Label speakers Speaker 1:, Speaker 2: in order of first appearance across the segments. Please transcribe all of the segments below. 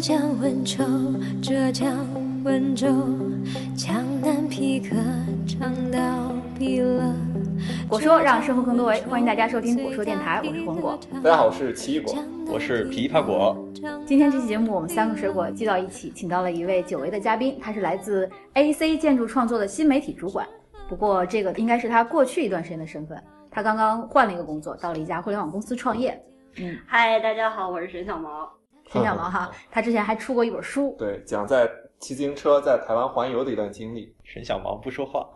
Speaker 1: 江温州，浙江温州，江南皮革厂到毕了。
Speaker 2: 果说让生活更多维，欢迎大家收听果说电台，我是红果。
Speaker 3: 大家好，我是奇异果，
Speaker 4: 我是枇杷果。
Speaker 2: 今天这期节目，我们三个水果聚到一起，请到了一位久违的嘉宾，他是来自 AC 建筑创作的新媒体主管。不过，这个应该是他过去一段时间的身份。他刚刚换了一个工作，到了一家互联网公司创 业。嗯，
Speaker 5: 嗨，大家好，我是沈小毛。
Speaker 2: 沈小毛哈，
Speaker 5: 嗯
Speaker 2: 他之前还出过一本 书，
Speaker 3: 对，讲在骑自行车在台湾环游的一段经历。
Speaker 4: 沈小毛不说话，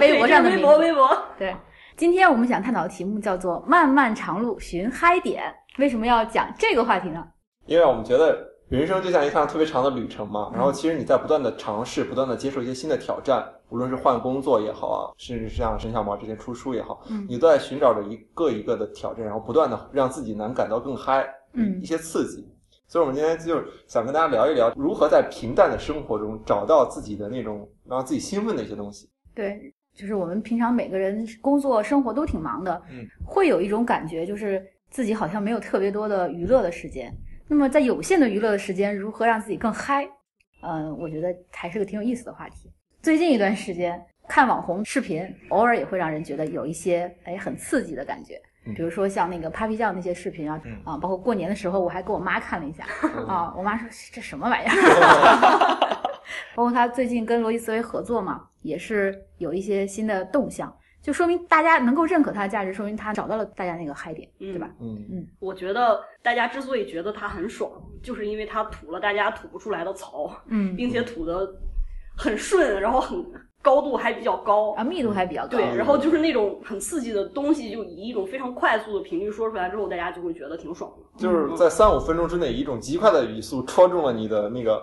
Speaker 2: 微博上的
Speaker 5: 微博，微博。
Speaker 2: 对，今天我们想探讨的题目叫做“漫漫长路寻嗨点”。为什么要讲这个话题呢？
Speaker 3: 因为我们觉得人生就像一趟特别长的旅程嘛，
Speaker 2: 嗯
Speaker 3: 然后其实你在不断的尝试，不断的接受一些新的挑战，无论是换工作也好啊，甚至是像沈小毛之前出书也好，
Speaker 2: 嗯
Speaker 3: 你都在寻找着一个一个的挑战，然后不断的让自己能感到更嗨，
Speaker 2: 嗯
Speaker 3: 一些刺激。所以，我们今天就是想跟大家聊一聊，如何在平淡的生活中找到自己的那种让自己兴奋的一些 东西。
Speaker 2: 对，就是我们平常每个人工作生活都挺忙的，
Speaker 4: 嗯，
Speaker 2: 会有一种感觉，就是自己好像没有特别多的娱乐的时间。那么在有限的娱乐的时间，如何让自己更嗨？嗯，我觉得还是个挺有意思的话题。最近一段时间看网红视频，偶尔也会让人觉得有一些哎很刺激的感觉。
Speaker 3: 嗯
Speaker 2: 比如说像那个 Papi 酱那些视频啊，
Speaker 4: 嗯
Speaker 2: 啊，包括过年的时候，我还给我妈看了一下，
Speaker 3: 嗯
Speaker 5: 嗯
Speaker 2: 啊，我妈说这什么玩意儿？ 包括他最近跟罗辑思维合作嘛，也是有一些新的动向，就说明大家能够认可他的价值，说明他找到了大家那个嗨点，
Speaker 5: 嗯
Speaker 2: 对吧？
Speaker 3: 嗯，
Speaker 5: 我觉得大家之所以觉得它很爽，就是因为它吐了大家吐不出来的槽，
Speaker 2: 嗯，
Speaker 5: 并且吐的很顺，然后很高度还比较高
Speaker 2: 啊，。密度还比较高，
Speaker 5: 对，然后就是那种很刺激的东西，就以一种非常快速的频率说出来之后，大家就会觉得挺爽的。
Speaker 3: 就是在三五分钟之内，以一种极快的语速戳中了你的那个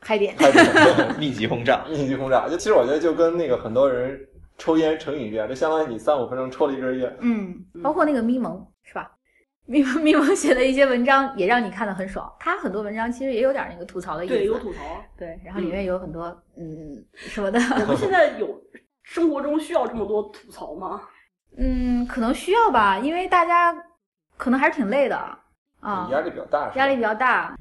Speaker 2: 嗨点，嗯
Speaker 3: 开始
Speaker 4: 密集轰 炸。
Speaker 3: 应急轰炸。就其实我觉得就跟那个很多人抽烟成瘾一样，就相当于你三五分钟抽了一根烟。
Speaker 2: 嗯，包括那个咪蒙是吧？咪蒙咪蒙写的一些文章也让你看得很爽，他很多文章其实也有点那个吐槽的意思，啊
Speaker 5: 对，有吐槽。
Speaker 2: 对然后里面有很多嗯什么的，
Speaker 5: 我们现在有生活中需要这么多吐槽吗？
Speaker 2: 嗯，可能需要吧，因为大家可能还是挺累的啊，
Speaker 3: 压力比较大，是吧
Speaker 2: 压力比较大，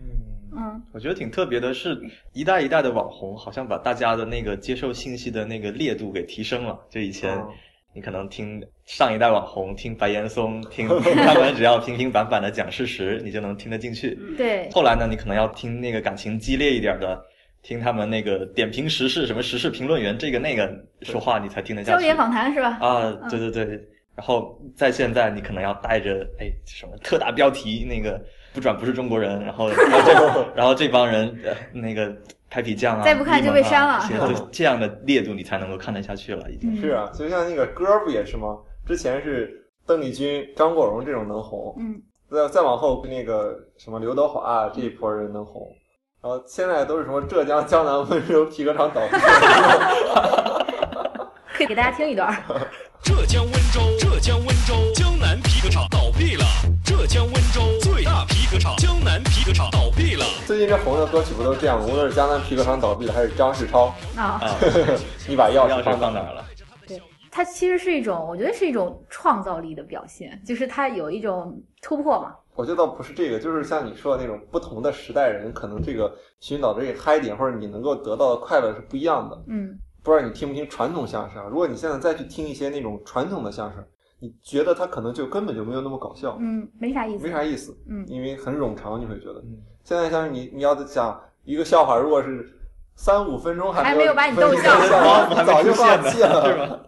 Speaker 4: 嗯，
Speaker 2: 嗯。
Speaker 4: 我觉得挺特别的是，一代一代的网红好像把大家的那个接受信息的那个烈度给提升了。就以前
Speaker 3: 嗯
Speaker 4: 你可能听上一代网红，听白岩松，听他们只要平平板板的讲事实，你就能听得进去。
Speaker 2: 对，
Speaker 4: 后来呢，你可能要听那个感情激烈一点的。听他们那个点评时事，什么时事评论员这个那个说话，你才听得下去。
Speaker 2: 焦点访谈是吧？
Speaker 4: 啊，对
Speaker 2: 嗯
Speaker 4: 对对。然后在现在，你可能要带着哎什么特大标题，那个不转不是中国人，然后然后这然后这帮人、呃那个拍皮酱啊，
Speaker 2: 再不看就被删了
Speaker 4: 一萌 啊这些这样的烈度你才能够看得下去了，已
Speaker 2: 嗯
Speaker 4: 经。
Speaker 3: 是啊，就像那个歌不也是吗？之前是邓丽君、张国荣这种能红，
Speaker 2: 嗯，
Speaker 3: 再再往后那个什么刘德华、啊、这一波人能红。然后现在都是什么浙江、江南、温州、皮革厂倒闭，
Speaker 2: 可以给大家听一段 儿。
Speaker 6: 浙江温州，浙江温州江南皮革厂倒闭了。浙江温州最大皮革厂江南皮革厂倒闭了。
Speaker 3: 最近这红的歌曲不都这样吗？无论是江南皮革厂倒闭了，还是张世超，
Speaker 2: 啊、
Speaker 4: 啊，
Speaker 3: 你把钥
Speaker 4: 钥
Speaker 3: 匙
Speaker 4: 匙
Speaker 3: 放
Speaker 4: 放
Speaker 3: 到
Speaker 4: 哪儿了？
Speaker 2: 它其实是一种，我觉得是一种创造力的表现，就是它有一种突破嘛。
Speaker 3: 我觉得倒不是这个，就是像你说的那种不同的时代人，可能这个寻找这个嗨点或者你能够得到的快乐是不一样的。
Speaker 2: 嗯，
Speaker 3: 不知道你听不听传统相声啊？如果你现在再去听一些那种传统的相声，你觉得它可能就根本就没有那么搞笑，
Speaker 2: 嗯，没啥意思。
Speaker 3: 没啥意思，
Speaker 2: 嗯
Speaker 3: 因为很冗长，你会觉得
Speaker 4: 嗯。
Speaker 3: 现在像你你要讲一个笑话，如果是三五分钟还
Speaker 2: 还没有把你逗
Speaker 3: 分
Speaker 2: 笑
Speaker 3: 钟
Speaker 4: 包袱还
Speaker 3: 早
Speaker 4: 没
Speaker 3: 就
Speaker 4: 出
Speaker 3: 放
Speaker 4: 现
Speaker 3: 弃
Speaker 4: 呢，是
Speaker 3: 了。
Speaker 4: 吗？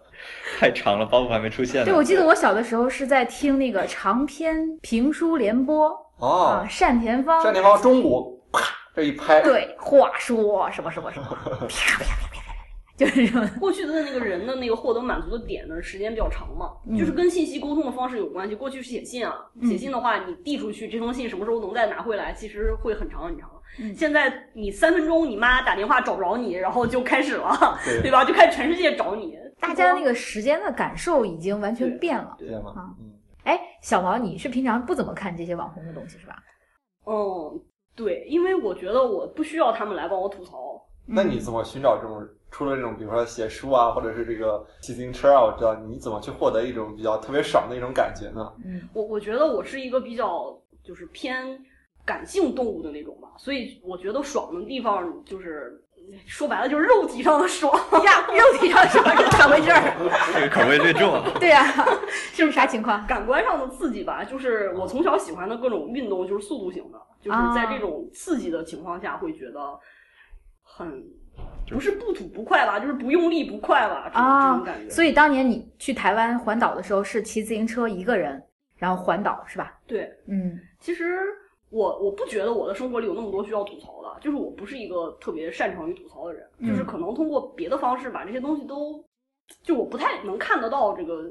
Speaker 4: 太长了，包袱还没出现呢。
Speaker 2: 对，我记得我小的时候是在听那个长篇评书联播啊
Speaker 3: 哦，，
Speaker 2: 单田芳，
Speaker 3: 单田芳中鼓啪这一拍，
Speaker 2: 对话说什么什么 什么，啪啪啪啪啪，就是这种。
Speaker 5: 过去的那个人的那个获得满足的点呢，时间比较长嘛，
Speaker 2: 嗯
Speaker 5: 就是跟信息沟通的方式有关系。过去是写信啊，
Speaker 2: 嗯
Speaker 5: 写信的话，你递出去，这封信什么时候能再拿回来，其实会很长很长。
Speaker 2: 嗯
Speaker 5: 现在你三分钟，你妈打电话找不着你，然后就开始了，
Speaker 3: 对
Speaker 5: 对吧？就开始全世界找你。
Speaker 2: 大家那个时间的感受已经完全变了。
Speaker 3: 对吗
Speaker 2: 啊？
Speaker 3: 嗯，
Speaker 2: 哎，小毛，你是平常不怎么看这些网红的东西是吧？
Speaker 5: 嗯，对，因为我觉得我不需要他们来帮我吐槽。
Speaker 3: 那你怎么寻找这种除了这种，比如说写书啊，或者是这个骑自行车啊，我知道你怎么去获得一种比较特别爽的一种感觉呢？
Speaker 2: 嗯
Speaker 5: 我我觉得我是一个比较就是偏感性动物的那种吧，所以我觉得爽的地方就是说白了就是肉体上的爽。
Speaker 2: 呀，肉体上爽是咋回事儿？
Speaker 4: 这个口味略 重啊。
Speaker 2: 对呀、是不是啥情况？
Speaker 5: 感官上的刺激吧，就是我从小喜欢的各种运动，就是速度型的，就是在
Speaker 2: 啊
Speaker 5: 这种刺激的情况下会觉得很不是不吐不快吧，就是不用力不快吧，这种、这
Speaker 2: 啊
Speaker 5: 种感觉。
Speaker 2: 所以当年你去台湾环岛的时候是骑自行车一个人，然后环岛是吧？
Speaker 5: 对，
Speaker 2: 嗯，
Speaker 5: 其实我我不觉得我的生活里有那么多需要吐槽的，就是我不是一个特别擅长于吐槽的人，
Speaker 2: 嗯
Speaker 5: 就是可能通过别的方式把这些东西都，就我不太能看得到这个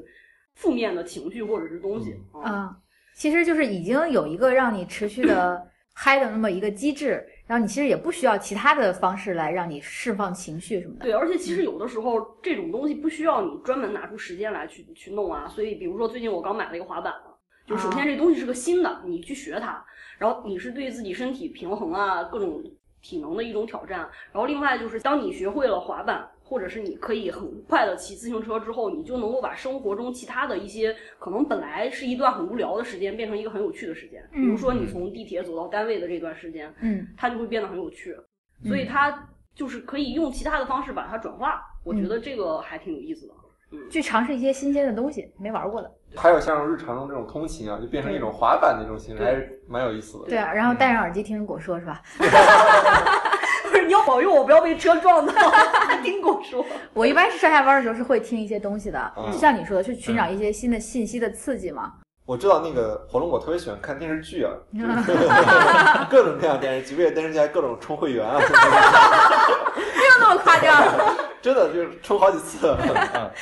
Speaker 5: 负面的情绪或者是东西啊。
Speaker 2: 啊，其实就是已经有一个让你持续的嗨的那么一个机制，然后你其实也不需要其他的方式来让你释放情绪什么的。
Speaker 5: 对，而且其实有的时候这种东西不需要你专门拿出时间来去去弄啊。所以，比如说最近我刚买了一个滑板嘛，就首先这东西是个新的，你去学它，然后你是对自己身体平衡啊各种体能的一种挑战。然后另外就是当你学会了滑板。或者是你可以很快的骑自行车之后，你就能够把生活中其他的一些可能本来是一段很无聊的时间，变成一个很有趣的时间。比如说你从地铁走到单位的这段时间，
Speaker 2: 嗯，
Speaker 5: 它就会变得很有趣，
Speaker 2: 嗯
Speaker 5: 所以它就是可以用其他的方式把它转化。我觉得这个还挺有意 思的。
Speaker 2: 去尝试一些新鲜的东西，没玩过的。
Speaker 3: 还有像日常中这种通勤啊，就变成一种滑板的一种形式，还是蛮有意思的。
Speaker 2: 对啊，然后戴上耳机听人果说，是吧？
Speaker 5: 不是你要保佑我不要被车撞到，听狗说。
Speaker 2: 我一般是上下班的时候是会听一些东西的，
Speaker 3: 嗯
Speaker 2: 就像你说的，去寻找一些新的信息的刺激嘛。
Speaker 3: 我知道那个火龙果特别喜欢看电视剧啊，就是 各种各样的电视剧，为了电视剧还各种充会员啊，
Speaker 2: 就那么夸张？
Speaker 3: 真的就是充好几次。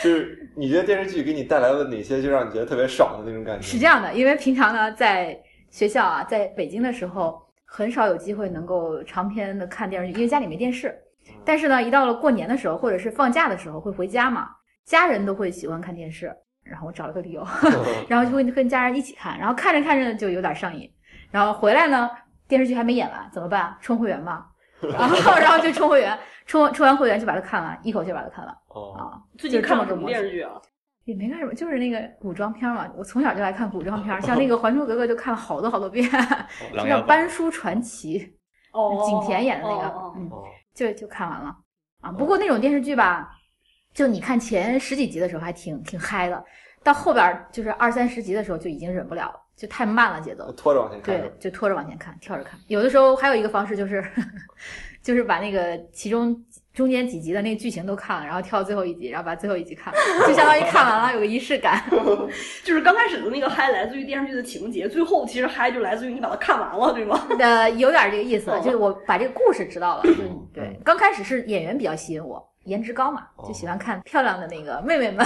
Speaker 3: 就是你觉得电视剧给你带来了哪些，就让你觉得特别爽的那种感觉？
Speaker 2: 是这样的，因为平常呢，在学校啊，在北京的时候，很少有机会能够长篇的看电视剧，因为家里没电视。但是呢，一到了过年的时候，或者是放假的时候，会回家嘛，家人都会喜欢看电视。然后我找了个 理由，然后就会跟家人一起看，然后看着看着就有点上瘾，然后回来呢，电视剧还没演完，怎么办？充会员吧。然后， 然后就充会员，充充完会员就把它看完，一口气把它看完
Speaker 3: 哦，
Speaker 2: 啊！
Speaker 5: 最近看了什么电视剧啊？
Speaker 2: 也没干什么，就是那个古装片嘛。我从小就爱看古装片，像那个《还珠格格》就看了好多好多遍，就
Speaker 4: 琅
Speaker 2: 叫《
Speaker 4: 琊榜
Speaker 2: 班书传奇》，
Speaker 5: 哦，
Speaker 2: 景甜演的那个，
Speaker 5: 哦哦哦
Speaker 2: 嗯，
Speaker 3: 哦
Speaker 2: 就就看完了啊。不过那种电视剧吧，就你看前十几集的时候还挺挺嗨的，到后边儿就是二三十集的时候就已经忍不了了，就太慢了节奏。
Speaker 3: 拖着往前看
Speaker 2: 对，就拖着往前看，跳着看。有的时候还有一个方式就是， 就是把那个其中中间几集的那个剧情都看了，然后跳最后一集，然后把最后一集看了，就相当于看完了有个仪式 感。
Speaker 5: 就是刚开始的那个嗨来自于电视剧的情节，最后其实嗨就来自于你把它看完了，对吗？
Speaker 3: 嗯
Speaker 2: 呃，有点这个意思
Speaker 5: 哦，
Speaker 2: 就是我把这个故事知道了，就
Speaker 3: 嗯
Speaker 2: 对。刚开始是演员比较吸引我，颜值高嘛，
Speaker 3: 哦
Speaker 2: 就喜欢看漂亮的那个妹妹们。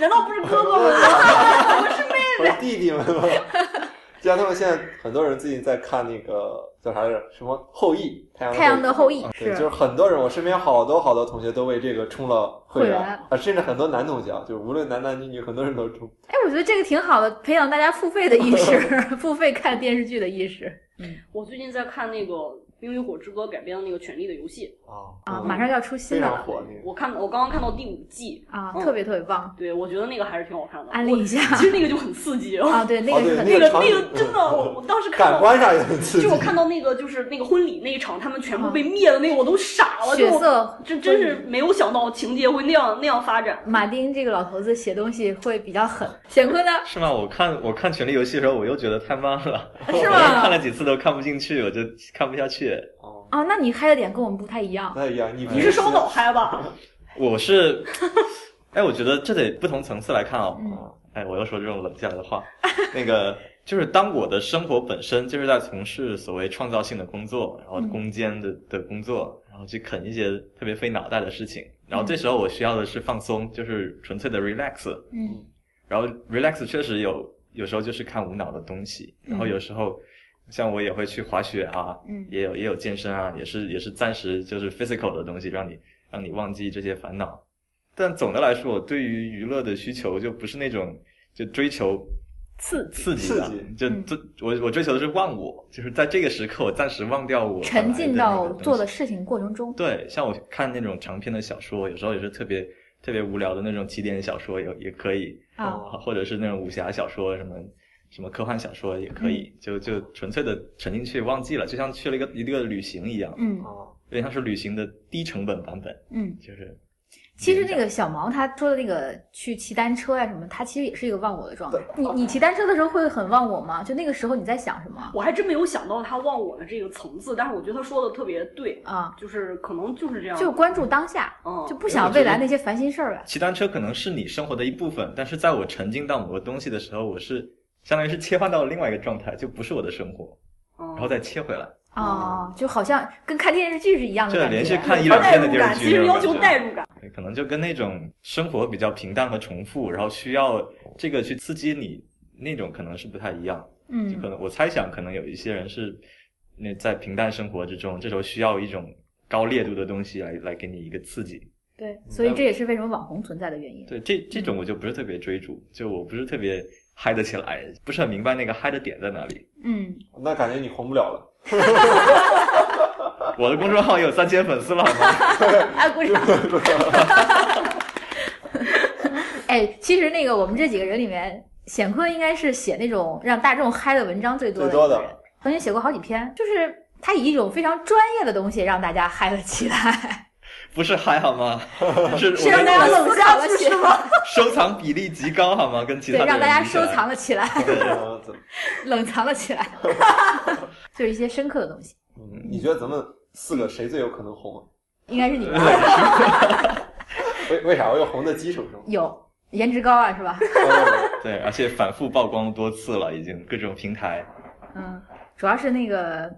Speaker 5: 难道不是哥哥们吗？我是妹
Speaker 3: 不是弟弟们吗？ 就像他们现在很多人最近在看那个叫啥来着？什么《后裔》《太阳
Speaker 2: 太阳的后
Speaker 3: 裔
Speaker 2: 裔》
Speaker 3: 哦对，就是是很多人，我身边好多好多同学都为这个充了会员
Speaker 2: 会员
Speaker 3: 啊，甚至很多男同学啊，就是无论男男女女，很多人都充。
Speaker 2: 哎，我觉得这个挺好的，培养大家付费的意识， 付费看电视剧的意识
Speaker 5: 我最近在看那个《冰与火之歌》改编的那个《权力的游戏
Speaker 3: 啊
Speaker 2: 啊，马上要出新
Speaker 3: 非
Speaker 2: 的
Speaker 3: 常
Speaker 2: 了
Speaker 3: 火那》，个。
Speaker 5: 我看我刚刚看到第五季，
Speaker 2: 啊，
Speaker 5: 嗯
Speaker 2: 特别特别棒，
Speaker 5: 对我觉得那个还是挺好看的。
Speaker 2: 安利一下
Speaker 5: 我 其实那个就很刺激哦。
Speaker 2: 啊，对，那
Speaker 3: 哦
Speaker 2: 个
Speaker 3: 对
Speaker 2: 是很
Speaker 3: 那
Speaker 5: 那
Speaker 3: 个
Speaker 5: 个
Speaker 3: 场
Speaker 5: 那个
Speaker 3: 景
Speaker 5: 真的，
Speaker 4: 嗯
Speaker 5: 我我当时看
Speaker 3: 感
Speaker 5: 到，
Speaker 3: 官上也很刺激
Speaker 5: 就我，看到那个就是那个婚礼那一场，他们全部被灭了，那个我都傻了，
Speaker 2: 嗯血
Speaker 5: 就
Speaker 2: 色，
Speaker 5: 真真是。没有想到情节会那样那样发
Speaker 4: 哎
Speaker 5: 展。
Speaker 2: 马丁这个老头子写东西会比较狠，显坤呢？
Speaker 4: 是吗？我看我看《权力游戏》的时候，我又觉得太慢了，
Speaker 2: 是
Speaker 4: 我 看
Speaker 2: 吗？
Speaker 4: 了几次都看不进去，我就看不下去。
Speaker 3: 哦，
Speaker 2: 啊，那你嗨的点跟我们不太一样。
Speaker 3: 那一样，你
Speaker 5: 你是
Speaker 4: 啊
Speaker 5: 烧脑嗨吧？
Speaker 4: 我是， 哎，我觉得这得不同层次来看哦。
Speaker 2: 嗯
Speaker 4: 哎，我又说这种冷下来的话，那个就是当我的生活本身就是在从事所谓创造性的工作，然后
Speaker 2: 嗯
Speaker 4: 攻坚的的工作，然后去啃一些特别费脑袋的事情，然后这时候我需要的是放松，就是纯粹的 relax。
Speaker 2: 嗯
Speaker 4: 然后 relax 确实有有时候就是看无脑的东西，然后有时候像我也会去滑雪啊，
Speaker 2: 嗯
Speaker 4: 也有也有健身啊，也是也是暂时就是 physical 的东西，让你让你忘记这些烦恼。但总的来说，我对于娱乐的需求就不是那种就追求
Speaker 2: 刺
Speaker 4: 刺激
Speaker 3: 刺
Speaker 4: 的，
Speaker 3: 激
Speaker 4: 就
Speaker 2: 嗯
Speaker 4: 就我我追求的是忘我，就是在这个时刻我暂时忘掉我
Speaker 2: 沉浸到做的
Speaker 4: 的。
Speaker 2: 事情过程中。
Speaker 4: 对，像我看那种长篇的小说，有时候也是特别特别无聊的那种起点小说，也也可以
Speaker 2: 啊
Speaker 4: 或者是那种武侠小说什么。什么科幻小说也可
Speaker 2: 嗯
Speaker 4: 以，就就纯粹的沉进去忘记了，就像去了一个一个旅行一样，
Speaker 2: 嗯
Speaker 3: 啊，
Speaker 4: 有点像是旅行的低成本版本，
Speaker 2: 嗯，
Speaker 4: 就是
Speaker 2: 其实那个小毛他说的那个去骑单车呀、什么，他其实也是一个忘我的状态
Speaker 3: 对。
Speaker 2: 你你骑单车的时候会很忘我吗？就那个时候你在想什么
Speaker 5: 我还真没有想到他忘我的这个层次，但是我觉得他说的特别对，
Speaker 2: 啊？
Speaker 5: 就是可能就是这样，
Speaker 2: 就关注当下，
Speaker 5: 嗯，
Speaker 2: 就不想未来那些烦心事儿了。
Speaker 4: 骑单车可能是你生活的一部分，但是在我沉浸到某个东西的时候，我是相当于是切换到了另外一个状态，就不是我的生活，
Speaker 5: 然
Speaker 4: 然后再切回来。
Speaker 2: 哦，就好像跟看电视剧是一样的
Speaker 4: 这
Speaker 2: 感觉。
Speaker 4: 连续看一两天的电视剧
Speaker 5: 其实要
Speaker 4: 那种
Speaker 5: 求
Speaker 4: 感觉
Speaker 5: 代入感，
Speaker 4: 对可能就跟那种生活比较平淡和重复，然后需要这个去刺激你，那种可能是不太一样。就可
Speaker 2: 嗯
Speaker 4: 能我猜想，可能有一些人是那在平淡生活之中，这时候需要一种高烈度的东西来来给你一个刺激。
Speaker 2: 对，所以这也是为什么网红存在的原因。
Speaker 4: 嗯对，这这
Speaker 2: 嗯
Speaker 4: 种我就不是特别追逐，就我不是特别嗨得起来，不是很明白那个嗨的点在哪里。
Speaker 2: 嗯，
Speaker 3: 那感觉你红不了 了。
Speaker 4: 我的公众号也有三千粉丝了，好吗？
Speaker 2: 哎，鼓掌。哎，其实那个我们这几个人里面，显坤应该是写那种让大众嗨的文章最多的
Speaker 3: 最多的
Speaker 2: 一个人曾经写过好几篇，就是他以一种非常专业的东西让大家嗨了起来，
Speaker 4: 不是嗨好吗？是
Speaker 2: 是啊
Speaker 4: 我
Speaker 2: 让大家
Speaker 4: 的
Speaker 2: 冷笑了起来，
Speaker 4: 收藏比例极高好吗？跟其他
Speaker 2: 对，
Speaker 4: 的
Speaker 2: 让大
Speaker 4: 人
Speaker 2: 家
Speaker 4: 比起
Speaker 2: 收
Speaker 4: 来
Speaker 2: 藏了起来，
Speaker 3: 嗯怎么
Speaker 2: 冷藏了起 来，就是一些深刻的东西，
Speaker 3: 嗯你觉得咱们四个谁最有可能红啊？
Speaker 2: 应该是 你吧
Speaker 3: 为为啥我有红的基础是 吗？哦
Speaker 2: 有颜值高啊，是吧？
Speaker 4: 对，而且反复曝光多次了，已经各种平台。
Speaker 2: 嗯，主要是那个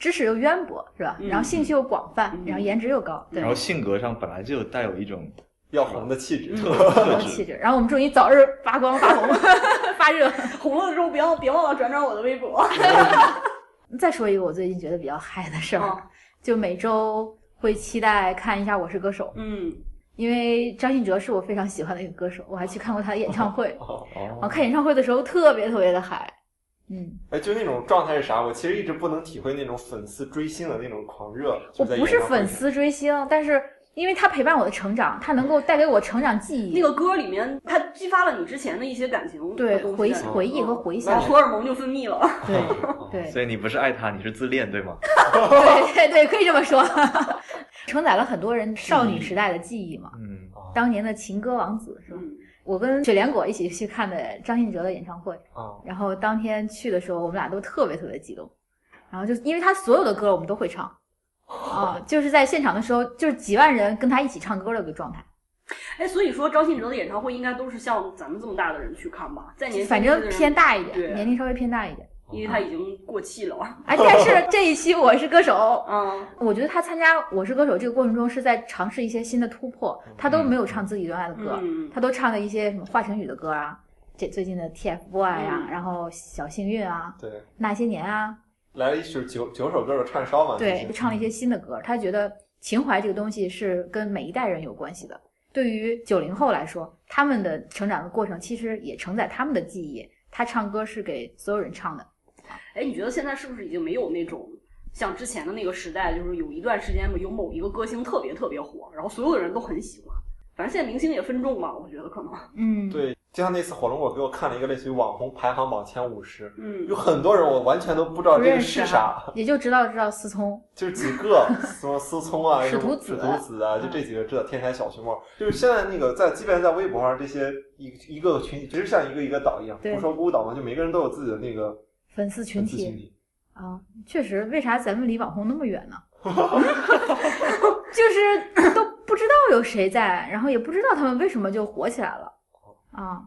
Speaker 2: 知识又渊博，是吧？
Speaker 5: 嗯
Speaker 2: 然后兴趣又广泛，
Speaker 5: 嗯
Speaker 2: 然后颜值又高，对
Speaker 4: 然，后性格上本来就带有一 种
Speaker 3: 要红的气质。
Speaker 2: 有
Speaker 4: 特
Speaker 2: 气
Speaker 4: 质，
Speaker 2: 质。然后我们祝你早日发光发红 发热。
Speaker 5: 红了之后别忘别忘了转转我的微博，
Speaker 2: 再说一个我最近觉得比较嗨的事儿
Speaker 5: 嗯，
Speaker 2: 就每周会期待看一下《我是歌手》，
Speaker 5: 嗯，
Speaker 2: 因为张信哲是我非常喜欢的一个歌手，我还去看过他的演唱 会。
Speaker 3: 哦，
Speaker 2: 我
Speaker 4: 哦，
Speaker 2: 看演唱会的时候特别特别的嗨，嗯，
Speaker 3: 哎，就那种状态是啥？我其实一直不能体会那种粉丝追星的那种狂热。就
Speaker 2: 我
Speaker 3: 在
Speaker 2: 不是
Speaker 3: 演唱会
Speaker 2: 粉
Speaker 3: 上，
Speaker 2: 丝追星，但是因为他陪伴我的成长，他能够带给我成长记忆。
Speaker 5: 那个歌里面它激发了你之前的一些感情的
Speaker 2: 对
Speaker 5: 东西
Speaker 2: 回
Speaker 5: 在里面嗯
Speaker 2: 回忆和回
Speaker 5: 然
Speaker 2: 想
Speaker 5: 后，荷尔蒙就分泌了，
Speaker 2: 对对
Speaker 4: 所以你不是爱他，你是自恋对吗？
Speaker 3: 哦
Speaker 2: 对对对，可以这么说， 承载了很多人少女时代的记忆嘛。
Speaker 4: 嗯，
Speaker 2: 当年的情歌王子是吧？
Speaker 5: 嗯，
Speaker 2: 我跟雪莲果一起去看的张信哲的演唱会，
Speaker 3: 啊，
Speaker 2: 然后当天去的时候，我们俩都特别特别激动，然后就因为他所有的歌我们都会唱，啊，就是在现场的时候，就是几万人跟他一起唱歌的一个状态。
Speaker 5: 哎，所以说张信哲的演唱会应该都是像咱们这么大的人去看吧，在年轻
Speaker 2: 反
Speaker 5: 的
Speaker 2: 正
Speaker 5: 人
Speaker 2: 偏，大一
Speaker 5: 对
Speaker 2: 点，年龄稍微偏大一点。
Speaker 5: 因为他已经过 气了，
Speaker 2: 哎，但 是这一期《我是歌手》
Speaker 5: 嗯，
Speaker 2: 我觉得他参加《我是歌手》这个过程中是在尝试一些新的突破，他都没有唱自己原来的歌，
Speaker 5: 嗯
Speaker 2: 他都唱了一些什么华晨宇的歌啊，这最近的 TFBOY 啊，
Speaker 5: 嗯
Speaker 2: 然后小幸运啊，
Speaker 3: 对，
Speaker 2: 那些年啊，
Speaker 3: 来了一首九九首歌的串烧嘛，
Speaker 2: 对，
Speaker 3: 就嗯
Speaker 2: 就是唱了一些新的歌。他觉得情怀这个东西是跟每一代人有关系的。对于九零后来说，他们的成长的过程其实也承载他们的记忆。他唱歌是给所有人唱的，
Speaker 5: 哎，你觉得现在是不是已经没有那种像之前的那个时代，就是有一段时间有某一个歌星特别特别火，然后所有的人都很喜欢。反正现在明星也分众嘛，我觉得可能，
Speaker 2: 嗯，
Speaker 3: 对，就像那次火龙果给我看了一个类似于网红排行榜前五十，
Speaker 5: 嗯
Speaker 3: 有，很多人我完全都不知道
Speaker 2: 不
Speaker 3: 这
Speaker 2: 认
Speaker 3: 个
Speaker 2: 识、
Speaker 3: 是
Speaker 2: 啊
Speaker 3: 啥，，
Speaker 2: 也就知道知道思聪，
Speaker 3: 就是几个什么思聪啊，
Speaker 2: 使
Speaker 3: 什么
Speaker 2: 徒子嗯
Speaker 3: 使徒子啊，就这几个知道天才小熊猫，就是现在那个在，即便在微博上这些一一个群体，其实像一个一个岛一样，
Speaker 2: 对
Speaker 3: 不说孤岛嘛，就每个人都有自己的那个
Speaker 2: 粉丝群
Speaker 3: 粉丝
Speaker 2: 体
Speaker 3: 群。体。
Speaker 2: 啊，确实，为啥咱们离网红那么远呢？ 就是都不知道有谁在，然后也不知道他们为什么就火起来了
Speaker 3: 哦
Speaker 2: 啊，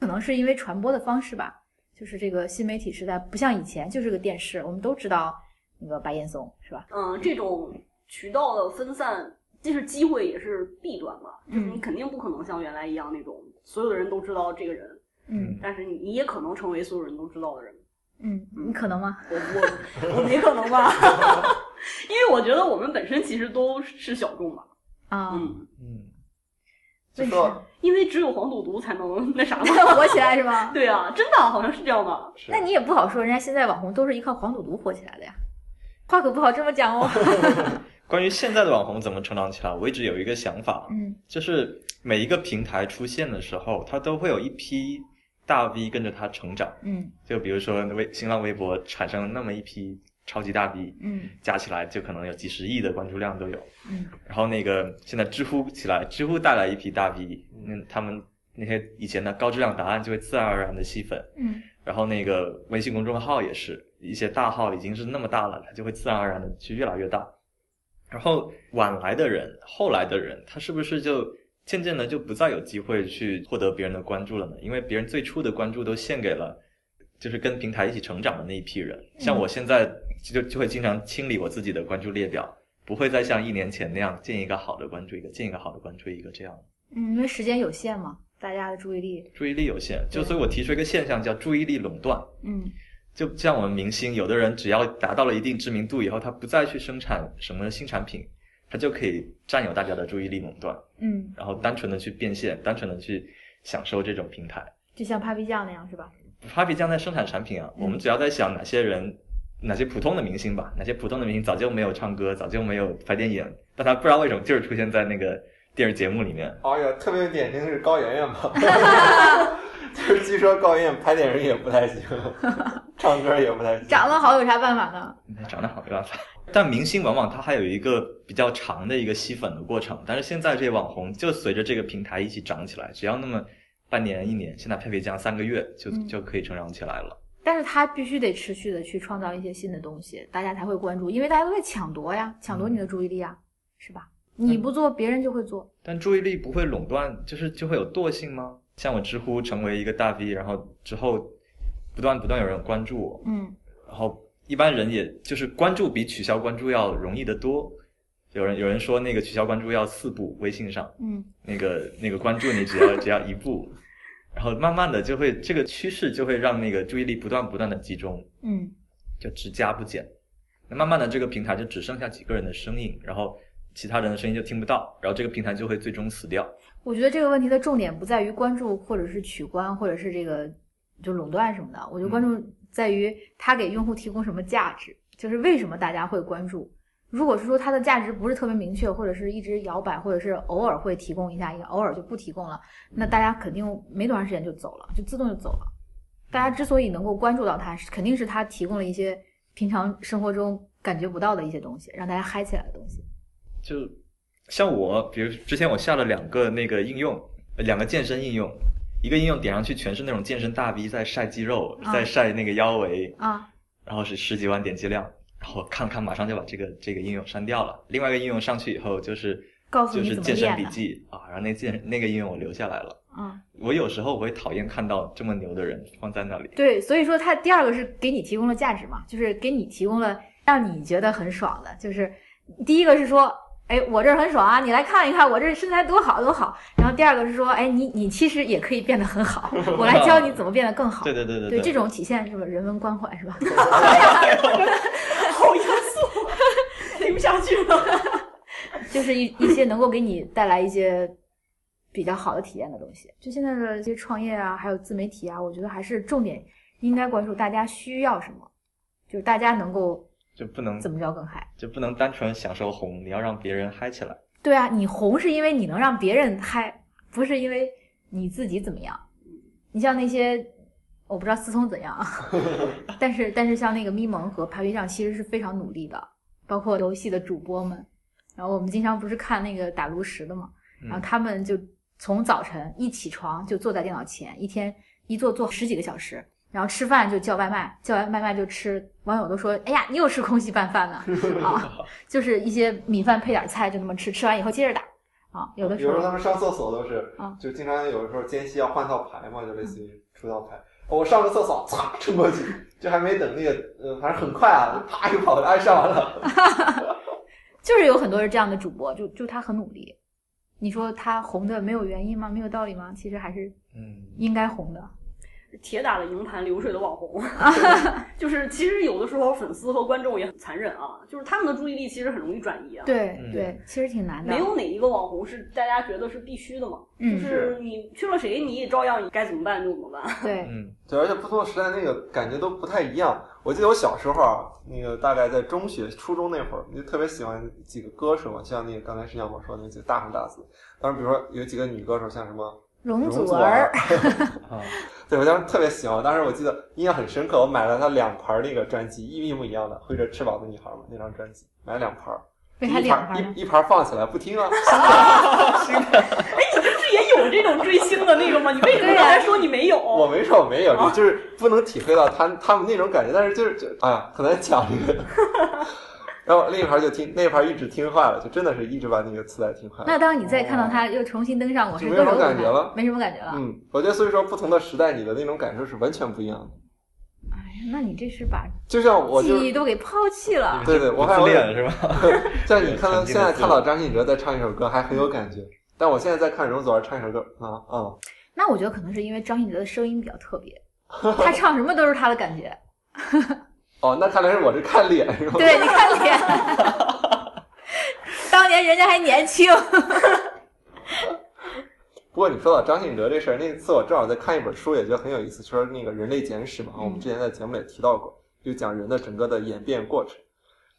Speaker 2: 可能是因为传播的方式吧，就是这个新媒体时代不像以前，就是个电视，我们都知道那个白岩松是吧？
Speaker 5: 嗯，这种渠道的分散，既是机会也是弊端吧。就是你
Speaker 2: 嗯
Speaker 5: 肯定不可能像原来一样那种所有的人都知道这个人，
Speaker 2: 嗯
Speaker 5: 但是你你也可能成为所有人都知道的人。
Speaker 2: 嗯，你可能吗？
Speaker 5: 我我我没可能 吧？因为我觉得我们本身其实都是小众嘛。
Speaker 2: 啊，
Speaker 5: 嗯，
Speaker 4: 嗯，
Speaker 3: 就
Speaker 2: 为
Speaker 3: 说
Speaker 2: 啥
Speaker 5: 因为只有黄赌毒才能那啥嘛。
Speaker 2: 火起来是 吗？
Speaker 5: 对啊，真的好像是这样吧？
Speaker 3: 是
Speaker 2: 那你也不好说，人家现在网红都是依靠黄赌毒火起来的呀，话可不好这么讲 哦。
Speaker 4: 关于现在的网红怎么成长起来，我一直有一个想法，啊
Speaker 2: 嗯
Speaker 4: 就是每一个平台出现的时候，它都会有一批大 V 跟着他成长。
Speaker 2: 嗯
Speaker 4: 就比如说微新浪微博产生了那么一批超级大 V，
Speaker 2: 嗯
Speaker 4: 加起来就可能有几十亿的关注量都有。
Speaker 2: 嗯
Speaker 4: 然后那个现在知乎起来，知乎带来一批大 V，嗯，他们那些以前的高质量答案就会自然而然的吸粉。
Speaker 2: 嗯
Speaker 4: 然后那个微信公众号也是一些大号已经是那么大了，它就会自然而然的去越来越大。然后晚来的人，后来的人，他是不是就渐渐的就不再有机会去获得别人的关注了呢？因为别人最初的关注都献给了就是跟平台一起成长的那一批人。像我现在就就会经常清理我自己的关注列表，不会再像一年前那样建一个好的关注一个，建一个好的关注一个这样。
Speaker 2: 嗯，因为时间有限嘛，大家的注意力，
Speaker 4: 注意力有限，就所以我提出一个现象叫注意力垄断。
Speaker 2: 嗯
Speaker 4: 就像我们明星，有的人只要达到了一定知名度以后，他不再去生产什么新产品，他就可以占有大家的注意力垄断，
Speaker 2: 嗯，
Speaker 4: 然后单纯的去变现，单纯的去享受这种平台。
Speaker 2: 就像 Papi 酱那样是吧？
Speaker 4: Papi 酱在生产产品啊，
Speaker 2: 嗯
Speaker 4: 我们只要在想哪些人，哪些普通的明星吧，哪些普通的明星早就没有唱歌，早就没有拍电影，但他不知道为什么就是出现在那个电视节目里面。
Speaker 3: 哎呀，特别典型的是高圆圆吧，就是据说高圆圆拍电影也不太行，唱歌也不太行，
Speaker 2: 长得好有啥办法呢？
Speaker 4: 长得好没办法。但明星往往他还有一个比较长的一个吸粉的过程，但是现在这些网红就随着这个平台一起长起来，只要那么半年一年，现在佩佩酱三个月就、
Speaker 2: 嗯
Speaker 4: 就可以成长起来了。
Speaker 2: 但是他必须得持续的去创造一些新的东西，大家才会关注，因为大家都在抢夺呀，抢夺你的注意力呀，是吧？你不做，别人就会做。
Speaker 4: 但注意力不会垄断，就是就会有惰性吗？像我知乎成为一个大 V，然后之后不断不断有人关注我，
Speaker 2: 嗯
Speaker 4: 然后一般人也就是关注比取消关注要容易得多。有人有人说那个取消关注要四步，微信上。
Speaker 2: 嗯
Speaker 4: 那个那个关注你只要 只要一步，然后慢慢的就会这个趋势就会让那个注意力不断不断的集中，
Speaker 2: 嗯
Speaker 4: 就只加不减。那慢慢的这个平台就只剩下几个人的声音，然后其他人的声音就听不到，然后这个平台就会最终死掉。
Speaker 2: 我觉得这个问题的重点不在于关注或者是取关或者是这个就垄断什么的，我觉得关注在于它给用户提供什么价值，就是为什么大家会关注。如果是说它的价值不是特别明确，或者是一直摇摆，或者是偶尔会提供一下，也偶尔就不提供了，那大家肯定没多长时间就走了，就自动就走了。大家之所以能够关注到它，是肯定是它提供了一些平常生活中感觉不到的一些东西，让大家嗨起来的东西。
Speaker 4: 就像我，比如之前我下了两个那个应用，呃两个健身应用，一个应用点上去全是那种健身大 V 在晒肌肉，
Speaker 2: 啊
Speaker 4: 在晒那个腰围，
Speaker 2: 啊，
Speaker 4: 然后是十几万点击量，然后看看马上就把这个这个应用删掉了。另外一个应用上去以后就是
Speaker 2: 告诉
Speaker 4: 就
Speaker 2: 你
Speaker 4: 是
Speaker 2: 怎么
Speaker 4: 健身
Speaker 2: 练
Speaker 4: 笔
Speaker 2: 的
Speaker 4: 记啊，然后那健那个应用我留下来了。
Speaker 2: 嗯。
Speaker 4: 我有时候我会讨厌看到这么牛的人放在那里，
Speaker 2: 对，所以说它第二个是给你提供了价值嘛，就是给你提供了让你觉得很爽的，就是第一个是说，哎，我这儿很爽啊，你来看一看我这儿身材多好多好。然后第二个是说，哎，你你其实也可以变得很好，我来教你怎么变得更好。
Speaker 4: 对对对对
Speaker 2: 对，这种体现什么人文关怀是 吧？
Speaker 5: 好严肃，听不下去了。
Speaker 2: 就是一一些能够给你带来一些比较好的体验的东西。就现在的这些创业啊，还有自媒体啊，我觉得还是重点应该关注大家需要什么，就是大家能够
Speaker 4: 就不能
Speaker 2: 怎么着更嗨。
Speaker 4: 就不能单纯享受红，你要让别人嗨起来。
Speaker 2: 对啊，你红是因为你能让别人嗨，不是因为你自己怎么样。你像那些，我不知道思聪怎样，啊， 但是但是像那个咪蒙和 Papi 酱其实是非常努力的，包括游戏的主播们。然后我们经常不是看那个打炉石的嘛，
Speaker 4: 嗯
Speaker 2: 然后他们就从早晨一起床就坐在电脑前，一天一坐坐十几个小时，然后吃饭就叫外卖，叫完外卖就吃。网友都说：“哎呀，你又吃空稀拌饭呢！”啊，就是一些米饭配点菜就那么吃，吃完以后接着打啊。有的
Speaker 3: 比
Speaker 2: 时
Speaker 3: 如说他
Speaker 2: 候
Speaker 3: 们上厕所都是
Speaker 2: 啊，
Speaker 3: 就经常有时候间隙要换套牌嘛，就类似于出道牌。哦我上个厕所，嚓冲过去，就还没等那个，呃，反正很快啊，啪一跑，哎，上完了。
Speaker 2: 就是有很多是这样的主播，就就他很努力。你说他红的没有原因吗？没有道理吗？其实还是
Speaker 4: 嗯，
Speaker 2: 应该红的。
Speaker 5: 铁打的营盘，流水的 网红，就是其实有的时候粉丝和观众也很残忍啊，就是他们的注意力其实很容易转移啊。
Speaker 2: 对
Speaker 4: 嗯
Speaker 2: 对，其实挺难的。
Speaker 5: 没有哪一个网红是大家觉得是必须的嘛，
Speaker 2: 嗯
Speaker 5: 就是你去了谁，你也照样该怎么办就怎么办。
Speaker 2: 对，
Speaker 4: 嗯，
Speaker 3: 对，而且不同的时代那个感觉都不太一样。我记得我小时候啊，那个大概在中学、初中那会儿，就特别喜欢几个歌手嘛，像那个刚才石小宝说的那几个大红大紫。当时比如说有几个女歌手，像什么
Speaker 2: 容
Speaker 3: 容
Speaker 2: 祖
Speaker 3: 儿
Speaker 2: 儿，，
Speaker 4: 啊，
Speaker 3: 对我当时特别喜欢，我当时我记得印象很深刻，我买了他两盘儿那个专辑，一模一样的《挥着翅膀的女孩》嘛，那张专辑买了两盘儿，
Speaker 2: 为啥
Speaker 3: 一
Speaker 2: 两盘呢？
Speaker 3: 一一盘儿放起来不听啊，
Speaker 5: 这也有这种追星的那个吗？你为什
Speaker 2: 啊
Speaker 5: 么刚才说你没有？
Speaker 3: 我没说我没有，就是不能体会到他他们那种感觉，但是就是就哎呀，很难讲这个。然后另一盘就听，那一盘一直听坏了，就真的是一直把那个磁带听坏了。
Speaker 2: 那当你再看到他又重新登上，我是
Speaker 3: 哦
Speaker 2: 各
Speaker 3: 就没什么
Speaker 2: 种
Speaker 3: 感觉了
Speaker 2: 没什么感觉了。
Speaker 3: 嗯，我觉得所以说不同的时代，你的那种感受是完全不一样的。
Speaker 2: 哎呀，那你这是把
Speaker 3: 就像 我就嗯
Speaker 2: 记忆都给抛弃了。
Speaker 3: 对对，我
Speaker 4: 不
Speaker 3: 还
Speaker 4: 自
Speaker 3: 有
Speaker 4: 恋是 吧？
Speaker 3: 像你看到
Speaker 4: 曾经
Speaker 3: 现
Speaker 4: 的
Speaker 3: 在
Speaker 4: 自
Speaker 3: 看到张信哲在唱一首歌还很有感觉，但我现在在看容祖儿唱一首歌啊啊，
Speaker 2: 那我觉得可能是因为张信哲的声音比较特 别，他唱什么都是他的感觉。
Speaker 3: 哦，那看来是我这看脸是吧？
Speaker 2: 对，你看脸， 当年人家还年 轻。
Speaker 3: 不过你说到张信哲这事儿，那次我正好在看一本书，也觉得很有意思，就是那个《人类简史》嘛，我们之前在节目里也提到过，就讲人的整个的演变过程。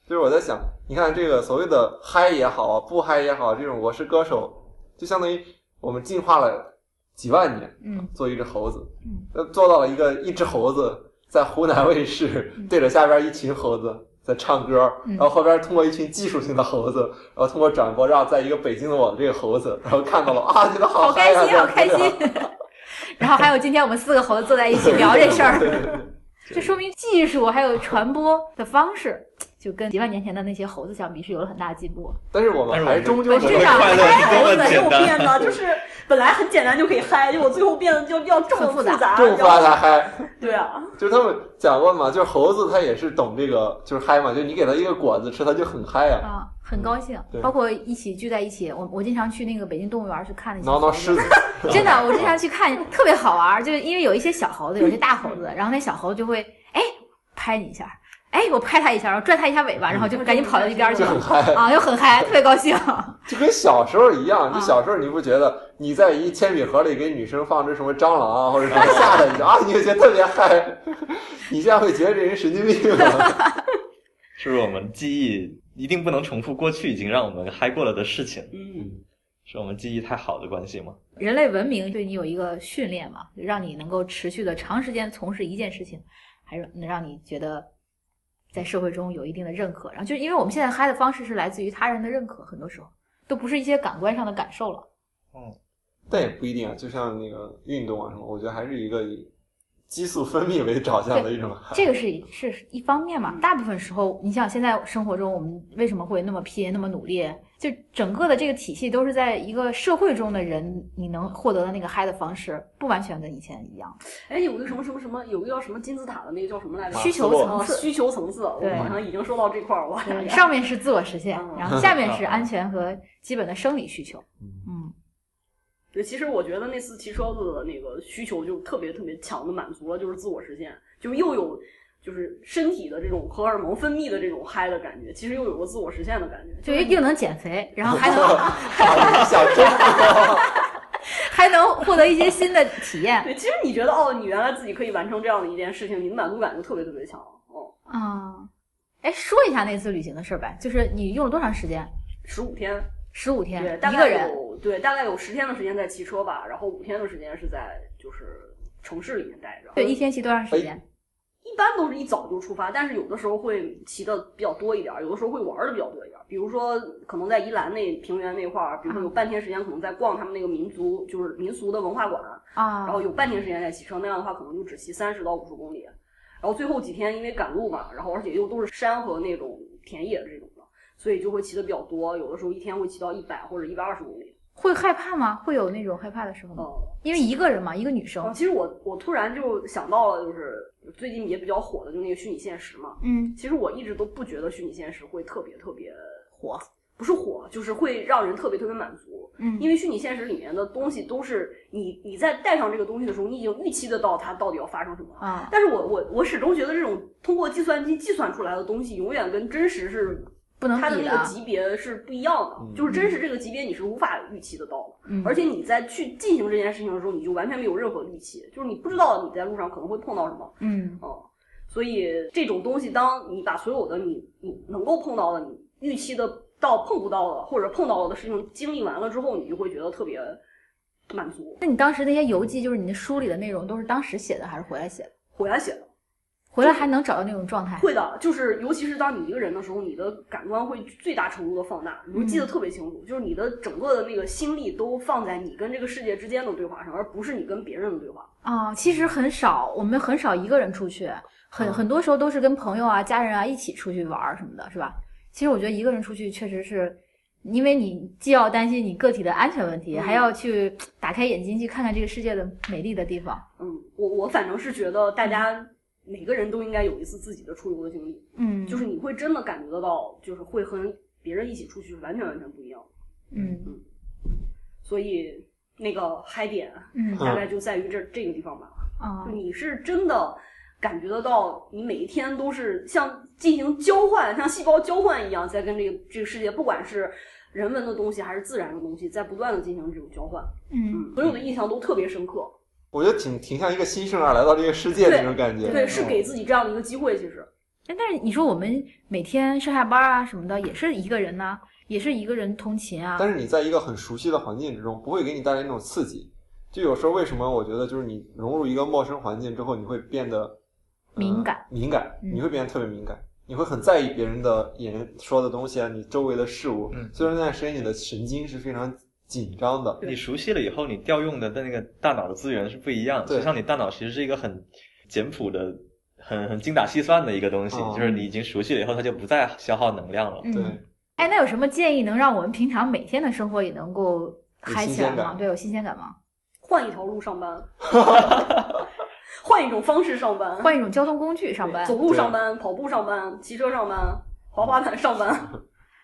Speaker 3: 就是我在想，你看这个所谓的嗨也好啊，不嗨也好，这种《我是歌手》，就相当于我们进化了几万年，
Speaker 2: 嗯，
Speaker 3: 做一只猴子
Speaker 2: 嗯，
Speaker 3: 呃做到了一个一只猴子在湖南卫视对着下边一群猴子在唱歌，
Speaker 2: 嗯
Speaker 3: 然后后边通过一群技术性的猴子，然后通过转播让在一个北京的我这个猴子，然后看到 了啊，觉得好
Speaker 2: 好开
Speaker 3: 嗨呀
Speaker 2: 心，好开。
Speaker 3: 这样
Speaker 2: 心。 然后还有今天我们四个猴子坐在一起聊这事儿，这说明技术还有传播的方式，就跟几万年前的那些猴子相比是有了很大的进步。
Speaker 3: 但是我们还终究
Speaker 2: 但
Speaker 3: 是
Speaker 2: 是我们
Speaker 4: 快乐是多
Speaker 5: 哎，
Speaker 4: 么
Speaker 5: 没有
Speaker 4: 简
Speaker 5: 变
Speaker 4: 单，
Speaker 5: 的，就是本来很简单就可以嗨，结果最后变得就要这么
Speaker 2: 很复
Speaker 5: 复
Speaker 2: 杂
Speaker 5: 杂，
Speaker 3: 正
Speaker 5: 然
Speaker 3: 发
Speaker 5: 后
Speaker 3: 才嗨。
Speaker 5: 对啊，
Speaker 3: 就是他们讲过嘛，就是猴子它也是懂这个，就是嗨嘛，就是你给它一个果子吃，它就很嗨啊，
Speaker 2: 啊，很高兴
Speaker 3: 对，
Speaker 2: 包括一起聚在一起，我我经常去那个北京动物园去看那些
Speaker 3: 挠挠
Speaker 2: 猴子
Speaker 3: 狮子。
Speaker 2: 真的，我经常去看，特别好玩儿，就是因为有一些小猴子，有一些大猴子，然后那小猴子就会哎拍你一下，哎我拍它一下，然后拽它一下尾巴，然后就赶紧跑到一边儿去
Speaker 3: 就
Speaker 2: 了
Speaker 3: 很嗨，
Speaker 2: 啊，又很嗨，特别高兴。
Speaker 3: 就跟小时候一样。
Speaker 5: 啊
Speaker 3: 你小时候你不觉得你在一铅笔盒里给女生放只什么蟑螂啊或者什么吓的，你 就啊你就觉得特别嗨。你现在会觉得这人神经病啊了。
Speaker 4: 是不是我们记忆一定不能重复过去已经让我们嗨过了的事情？
Speaker 5: 嗯，
Speaker 4: 是我们记忆太好的关系吗？
Speaker 2: 人类文明对你有一个训练嘛，让你能够持续的长时间从事一件事情，还是能让你觉得在社会中有一定的认可。然后就是因为我们现在嗨的方式是来自于他人的认可，很多时候都不是一些感官上的感受了。
Speaker 3: 但也不一定啊，就像那个运动啊什么，我觉得还是一个以激素分泌为导向的一 种啊嗨。
Speaker 2: 这个是一是一方面嘛，大部分时候，你想现在生活中我们为什么会那么拼、那么努力？就整个的这个体系都是在一个社会中的人，你能获得的那个嗨的方式，不完全跟以前一样。
Speaker 5: 哎，有一个什么什么什么，有一个叫什么金字塔的那个叫什么来着？
Speaker 2: 需求
Speaker 3: 马斯洛
Speaker 2: 层
Speaker 5: 啊，
Speaker 2: 次，
Speaker 5: 需求层次，我
Speaker 2: 对
Speaker 5: 好像已经说到这块儿了。
Speaker 2: 对，上面是自我实现
Speaker 5: 嗯，
Speaker 2: 然后下面是安全和基本的生理需求。嗯，
Speaker 5: 对，其实我觉得那次骑车子的那个需求就特别特别强的满足了，就是自我实现，就是又有就是身体的这种荷尔蒙分泌的这种嗨的感觉，其实又有个自我实现的感觉。
Speaker 2: 就
Speaker 5: 就是是
Speaker 2: 又能减肥，然后还能
Speaker 3: 啊小真的
Speaker 2: 还能获得一些新的体验。
Speaker 5: 对，其实你觉得哦，你原来自己可以完成这样的一件事情，你的满足感就特别特别强。哦，
Speaker 2: 啊，哎，说一下那次旅行的事儿呗，就是你用了多长时间？
Speaker 5: 十五天，
Speaker 2: 十五天
Speaker 5: 对，大，
Speaker 2: 一个
Speaker 5: 概
Speaker 2: 人。
Speaker 5: 有对，大概有十天的时间在骑车吧，然后五天的时间是在就是城市里面待着。
Speaker 2: 对，一天骑多长时间？
Speaker 5: 一般都是一早就出发，但是有的时候会骑的比较多一点儿，有的时候会玩的比较多一点儿。比如说，可能在宜兰那平原那块儿，比如说
Speaker 2: 嗯
Speaker 5: 有半天时间可能在逛他们那个民族，就是民俗的文化馆，
Speaker 2: 啊
Speaker 5: 然，后有半天时间在骑车，那样的话可能就只骑三十到五十公里。然后最后几天因为赶路嘛，然后而且又都是山和那种田野这种的，所以就会骑的比较多，有的时候一天会骑到一百或者一百二十公里。
Speaker 2: 会害怕吗？会有那种害怕的时候吗？
Speaker 5: 嗯，
Speaker 2: 因为一个人嘛，一个女生
Speaker 5: 哦，。其实我我突然就想到了，就是最近也比较火的，就那个虚拟现实嘛。
Speaker 2: 嗯，
Speaker 5: 其实我一直都不觉得虚拟现实会特别特别火，不是火，就是会让人特别特别满足。
Speaker 2: 嗯
Speaker 5: 因为虚拟现实里面的东西都是你你在戴上这个东西的时候，你已经预期得到它到底要发生什么。
Speaker 2: 啊，
Speaker 5: 但是我我我始终觉得这种通过计算机计算出来的东西，永远跟真实是
Speaker 2: 不能
Speaker 5: 它的
Speaker 2: 比
Speaker 5: 那
Speaker 2: 的
Speaker 5: 个。级别是不一样的，就是真实这个级别你是无法预期得到的。
Speaker 2: 嗯
Speaker 5: 而且你在去进行这件事情的时候，你就完全没有任何预期，就是你不知道你在路上可能会碰到什么，
Speaker 2: 嗯，
Speaker 5: 哦，所以这种东西，当你把所有的你你能够碰到的、你预期的到碰不到的，或者碰到的事情经历完了之后，你就会觉得特别满足。
Speaker 2: 那你当时那些游记，就是你的书里的内容，都是当时写的还是回来写的？
Speaker 5: 回来写的
Speaker 2: 回来还能找到那种状态？
Speaker 5: 会的，就是尤其是当你一个人的时候，你的感官会最大程度的放大，你会记得特别清楚，就是你的整个的那个心力都放在你跟这个世界之间的对话上，而不是你跟别人的对话。
Speaker 2: 啊、其实很少，我们很少一个人出去，很
Speaker 3: 嗯
Speaker 2: 很多时候都是跟朋友啊、家人啊一起出去玩儿什么的，是吧？其实我觉得一个人出去确实是，因为你既要担心你个体的安全问题，
Speaker 5: 嗯
Speaker 2: 还要去打开眼睛去看看这个世界的美丽的地方。
Speaker 5: 嗯，我我反正是觉得
Speaker 2: 嗯
Speaker 5: 大家每个人都应该有一次自己的出游的经历，
Speaker 2: 嗯
Speaker 5: 就是你会真的感觉得到，就是会和别人一起出去是完全完全不一样的。
Speaker 2: 嗯
Speaker 5: 所以那个嗨点
Speaker 2: 嗯
Speaker 5: 大概就在于这这个地方吧。
Speaker 2: 啊
Speaker 5: 就你是真的感觉得到，你每一天都是像进行交换，像细胞交换一样，在跟这个这个世界，不管是人文的东西还是自然的东西，在不断的进行这种交换。
Speaker 2: 嗯，
Speaker 5: 嗯，所有的印象都特别深刻。
Speaker 3: 我觉得挺挺像一个新生儿来到这个世界
Speaker 5: 对
Speaker 3: 那种感觉。
Speaker 5: 对，是给自己这样的一个机会，其实。
Speaker 2: 哎但是你说我们每天上下班啊什么的，也是一个人呐、也是一个人通勤啊。
Speaker 3: 但是你在一个很熟悉的环境之中，不会给你带来那种刺激。就有时候为什么我觉得就是你融入一个陌生环境之后，你会变得、呃
Speaker 2: 敏感，
Speaker 3: 敏感，
Speaker 2: 嗯
Speaker 3: 你会变得特别敏感，你会很在意别人的言说的东西啊，你周围的事物。
Speaker 4: 嗯
Speaker 3: 所以说那段时间你的神经是非常紧张的。
Speaker 5: 对
Speaker 4: 你熟悉了以后，你调用的那个大脑的资源是不一样的。
Speaker 3: 对
Speaker 4: 就像你大脑其实是一个很简朴的、很很精打细算的一个东西，
Speaker 3: 哦
Speaker 4: 就是你已经熟悉了以后，它就不再消耗能量了。
Speaker 2: 嗯
Speaker 3: 对，
Speaker 2: 哎，那有什么建议能让我们平常每天的生活也能够嗨
Speaker 3: 新
Speaker 2: 起来
Speaker 3: 鲜感
Speaker 2: 吗？对，有新鲜感吗？
Speaker 5: 换一条路 上班，换一种方式上班，
Speaker 2: 换一种交通工具上班。啊
Speaker 5: 走路上班、跑步上班、骑车上班、滑滑板上班，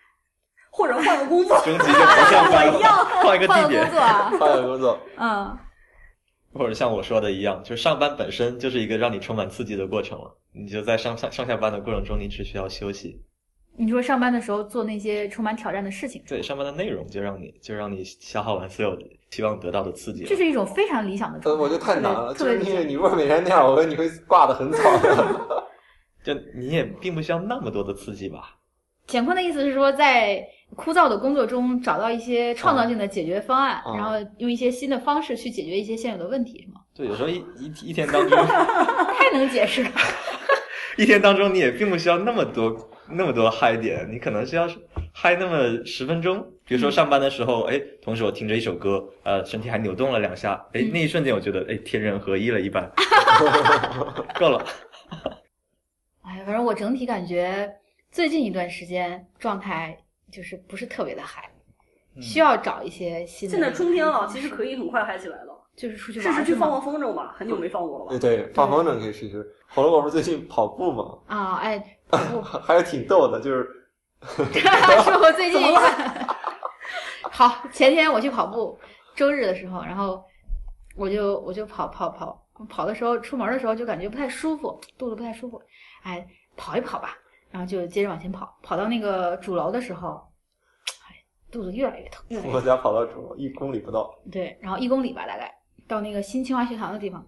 Speaker 5: 或者换个 工作。
Speaker 4: 终极就不上班了，换一个
Speaker 2: 换个
Speaker 4: 地
Speaker 2: 工
Speaker 4: 点，
Speaker 2: 作啊，
Speaker 3: 换个工作，
Speaker 2: 嗯
Speaker 4: 或者像我说的一样，就是上班本身就是一个让你充满刺激的过程了。你就在上上上下班的过程中，你只需要休息。，
Speaker 2: 你说上班的时候做那些充满挑战的事情，
Speaker 4: 对，上班的内容就让你就让你消耗完所有希望得到的刺激了。
Speaker 2: 这是一种非常理想的状
Speaker 3: 呃，
Speaker 2: 态。
Speaker 3: 我觉得太难了。
Speaker 2: 特别理
Speaker 3: 就是你
Speaker 2: 想
Speaker 3: 你如果每天那样，我觉得你会挂得很啊早。
Speaker 4: 就你也并不需要那么多的刺激吧？
Speaker 2: 乾坤的意思是说，在枯燥的工作中找到一些创
Speaker 4: 啊
Speaker 2: 造性的解决方案，
Speaker 3: 啊
Speaker 2: 然后用一些新的方式去解决一些现有的问题，是吗？
Speaker 4: 就有时候一一一天当中，
Speaker 2: 太能解释了。
Speaker 4: 一天当中你也并不需要那么多那么多嗨点，你可能需要嗨那么十分钟。
Speaker 2: 嗯
Speaker 4: 比如说上班的时候，哎，同时我听着一首歌，呃，身体还扭动了两下，哎，
Speaker 2: 嗯
Speaker 4: 那一瞬间我觉得，哎，天人合一了 一般，够了。
Speaker 2: 哎，反正我整体感觉最近一段时间状态就是不是特别的嗨，
Speaker 4: 嗯
Speaker 2: 需要找一些新的。
Speaker 5: 现在春天了，其实可以很快嗨起来了。
Speaker 2: 就是出去
Speaker 5: 试
Speaker 2: 玩
Speaker 5: 试
Speaker 2: 儿
Speaker 5: 去
Speaker 2: 是
Speaker 5: 放
Speaker 2: 吗？
Speaker 5: 放风筝吧，很久没放过了吧
Speaker 3: 对？对，放风筝可以试试。火龙果不是最近跑步嘛，
Speaker 2: 啊，哎，不
Speaker 3: 还还是挺逗的，就是
Speaker 2: 是我最近一个。 好，前天我去跑步，周日的时候，然后我就我就跑跑跑跑的时候，出门的时候就感觉不太舒服，肚子不太舒服，哎，跑一跑吧，然后就接着往前跑，跑到那个主楼的时候，哎，肚子越来越疼，越来越
Speaker 3: 我家跑到主一公里不到。
Speaker 2: 对，然后一公里吧，大概到那个新清华学堂的地方，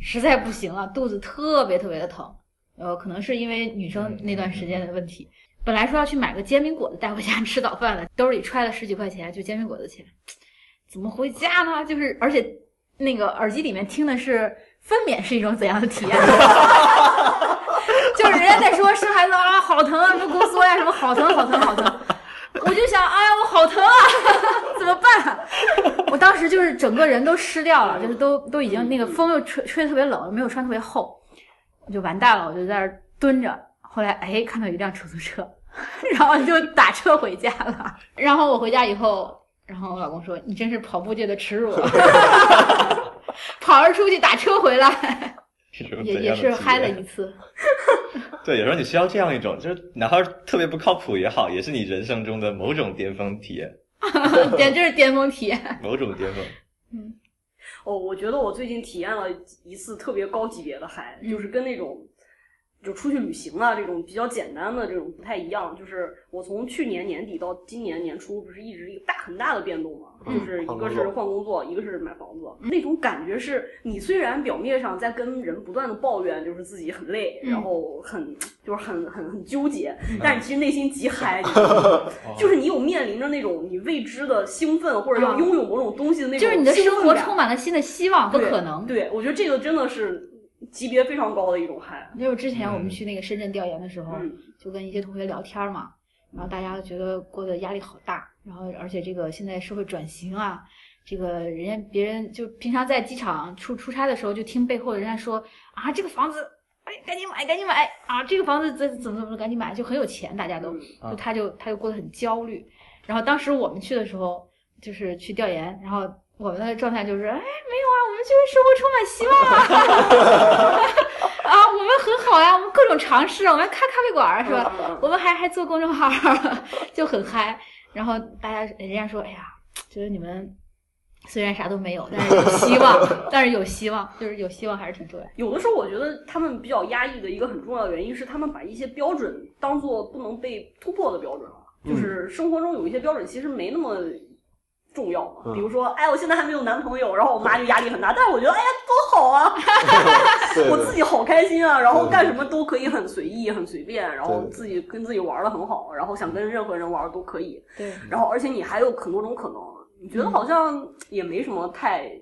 Speaker 2: 实在不行了，肚子特别特别的疼，呃，可能是因为女生那段时间的问题。本来说要去买个煎饼果子带回家 吃早饭的，兜里揣了十几块钱，就煎饼果子钱，怎么回家呢？就是而且那个耳机里面听的是分娩是一种怎样的体验？ 就是人家在说生孩子啊，好疼啊，什么宫缩呀，什么好疼好疼好疼，我就想，哎呀，我好疼啊， 怎么办？啊我当时就是整个人都湿掉了，就是都都已经那个风又吹吹得特别冷，没有穿特别厚，我就完蛋了，我就在那儿蹲着。后来哎，看到一辆出租车， 然后就打车回家了。然后我回家以后，然后我老公说：“你真是跑步界的耻辱。”啊 跑着出去打车回来，
Speaker 4: 是种
Speaker 2: 也
Speaker 4: 怎
Speaker 2: 也
Speaker 4: 样的
Speaker 2: 是
Speaker 4: 体
Speaker 2: 嗨了
Speaker 4: 验
Speaker 2: 一 次。
Speaker 4: 对，有时候你需要这样一种，就是哪怕特别不靠谱也好，也是你人生中的某种巅峰体验，
Speaker 2: 简直是巅峰体验。
Speaker 4: 某种巅峰。
Speaker 5: 哦，我觉得我最近体验了一次特别高级别的嗨，
Speaker 2: 嗯
Speaker 5: 就是跟那种就出去旅行啊，这种比较简单的这种不太一样。就是我从去年年底到今年年初，不是一直一个大很大的变动嘛，
Speaker 3: 嗯
Speaker 5: 就是一
Speaker 3: 换
Speaker 5: 个
Speaker 3: 工
Speaker 5: 是
Speaker 3: 作
Speaker 5: 换工作，一个是买房子。那种感觉是你虽然表面上在跟人不断的抱怨，就是自己很累，
Speaker 2: 嗯
Speaker 5: 然后很就是很很很纠结，
Speaker 4: 嗯
Speaker 5: 但是其实内心 极嗨，你知道吗就是你有面临着那种你未知的兴奋，或者要
Speaker 2: 啊
Speaker 5: 拥有某种东西的那
Speaker 2: 就
Speaker 5: 种，
Speaker 2: 是你的生活充。满了新的希望和可能。
Speaker 5: 对，我觉得这个真的是级别非常高的一种嗨。
Speaker 2: 就是之前我们
Speaker 4: 嗯
Speaker 2: 去那个深圳调研的时候，
Speaker 5: 嗯
Speaker 2: 就跟一些同学聊天嘛，然后大家觉得过得压力好大，然后而且这个现在社会转型啊，这个人家别人就平常在机场出出差的时候，就听背后人家说啊，这个房子，哎，赶紧买，赶紧买啊，这个房子怎怎么怎么，赶紧买，就很有钱，大家都，
Speaker 5: 嗯
Speaker 4: 啊
Speaker 2: 就他就他就过得很焦虑。然后当时我们去的时候，就是去调研，然后我们的状态就是，哎，没有啊，我们觉得生活充满希望啊， 啊，我们很好呀，我们各种尝试，我们还开咖啡馆儿是吧？
Speaker 5: 嗯
Speaker 2: 我们还还做公众号儿， 就很嗨。然后大家人家说，哎呀，觉得你们虽然啥都没有，但是有希望，但是有希望，就是有希望还是挺重要。
Speaker 5: 有的时候，我觉得他们比较压抑的一个很重要的原因是，他们把一些标准当做不能被突破的标准
Speaker 3: 嗯
Speaker 5: 了。就是生活中有一些标准其实没那么重要嘛，
Speaker 3: 嗯
Speaker 5: 比如说，哎，我现在还没有男朋友，然后我妈就压力很大，但是我觉得，哎呀，多好啊，
Speaker 3: 对
Speaker 5: 我
Speaker 3: 对
Speaker 5: 自己好开心啊，然后
Speaker 3: 对
Speaker 5: 干什么都可以很随意、很随便，然后
Speaker 3: 对
Speaker 5: 自己跟自己玩的很好，然后想跟任何人玩都可以，
Speaker 2: 对
Speaker 5: 然后而且你还有很多种可能，你觉
Speaker 2: 嗯
Speaker 5: 得好像也没什么太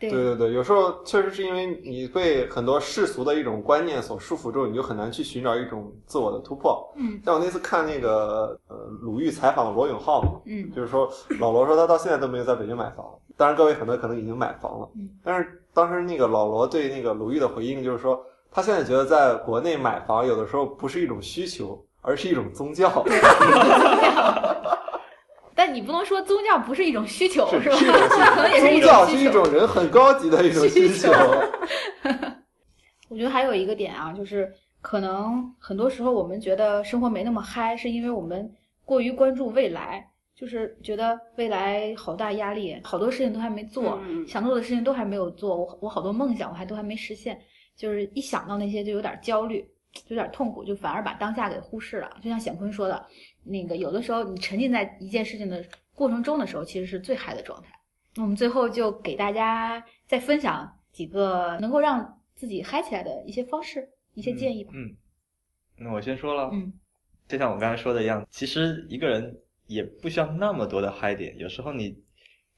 Speaker 2: 对
Speaker 3: 对对对，有时候确实是因为你被很多世俗的一种观念所束缚之后，你就很难去寻找一种自我的突破。
Speaker 2: 嗯
Speaker 3: 像我那次看那个呃鲁豫采访罗永浩嘛，
Speaker 2: 嗯
Speaker 3: 就是说老罗说他到现在都没有在北京买房，当然各位很多可能已经买房了
Speaker 2: 嗯，
Speaker 3: 但是当时那个老罗对那个鲁豫的回应就是说，他现在觉得在国内买房有的时候不是一种需求，而是一种宗教，
Speaker 2: 但你不能说宗教不是一种需求，
Speaker 3: 是
Speaker 2: 吧？
Speaker 3: 是一种
Speaker 2: 它可能也是
Speaker 3: 宗
Speaker 2: 一
Speaker 3: 教
Speaker 2: 种
Speaker 3: 是
Speaker 2: 需
Speaker 3: 一
Speaker 2: 求
Speaker 3: 种。人很高级的一种需
Speaker 2: 需求
Speaker 3: 求。
Speaker 2: 我觉得还有一个点啊，就是可能很多时候我们觉得生活没那么嗨，是因为我们过于关注未来，就是觉得未来好大压力，好多事情都还没做，
Speaker 5: 嗯
Speaker 2: 想做的事情都还没有做，我我好多梦想我还都还没实现，就是一想到那些就有点焦虑，有点痛苦，就反而把当下给忽视了。就像显坤说的，那个有的时候你沉浸在一件事情的过程中的时候，其实是最嗨的状态。那我们最后就给大家再分享几个能够让自己嗨起来的一些方式、一些建议吧。
Speaker 4: 嗯，那我先说了，
Speaker 2: 嗯
Speaker 4: 就像我刚才说的一样，其实一个人也不需要那么多的嗨点，有时候你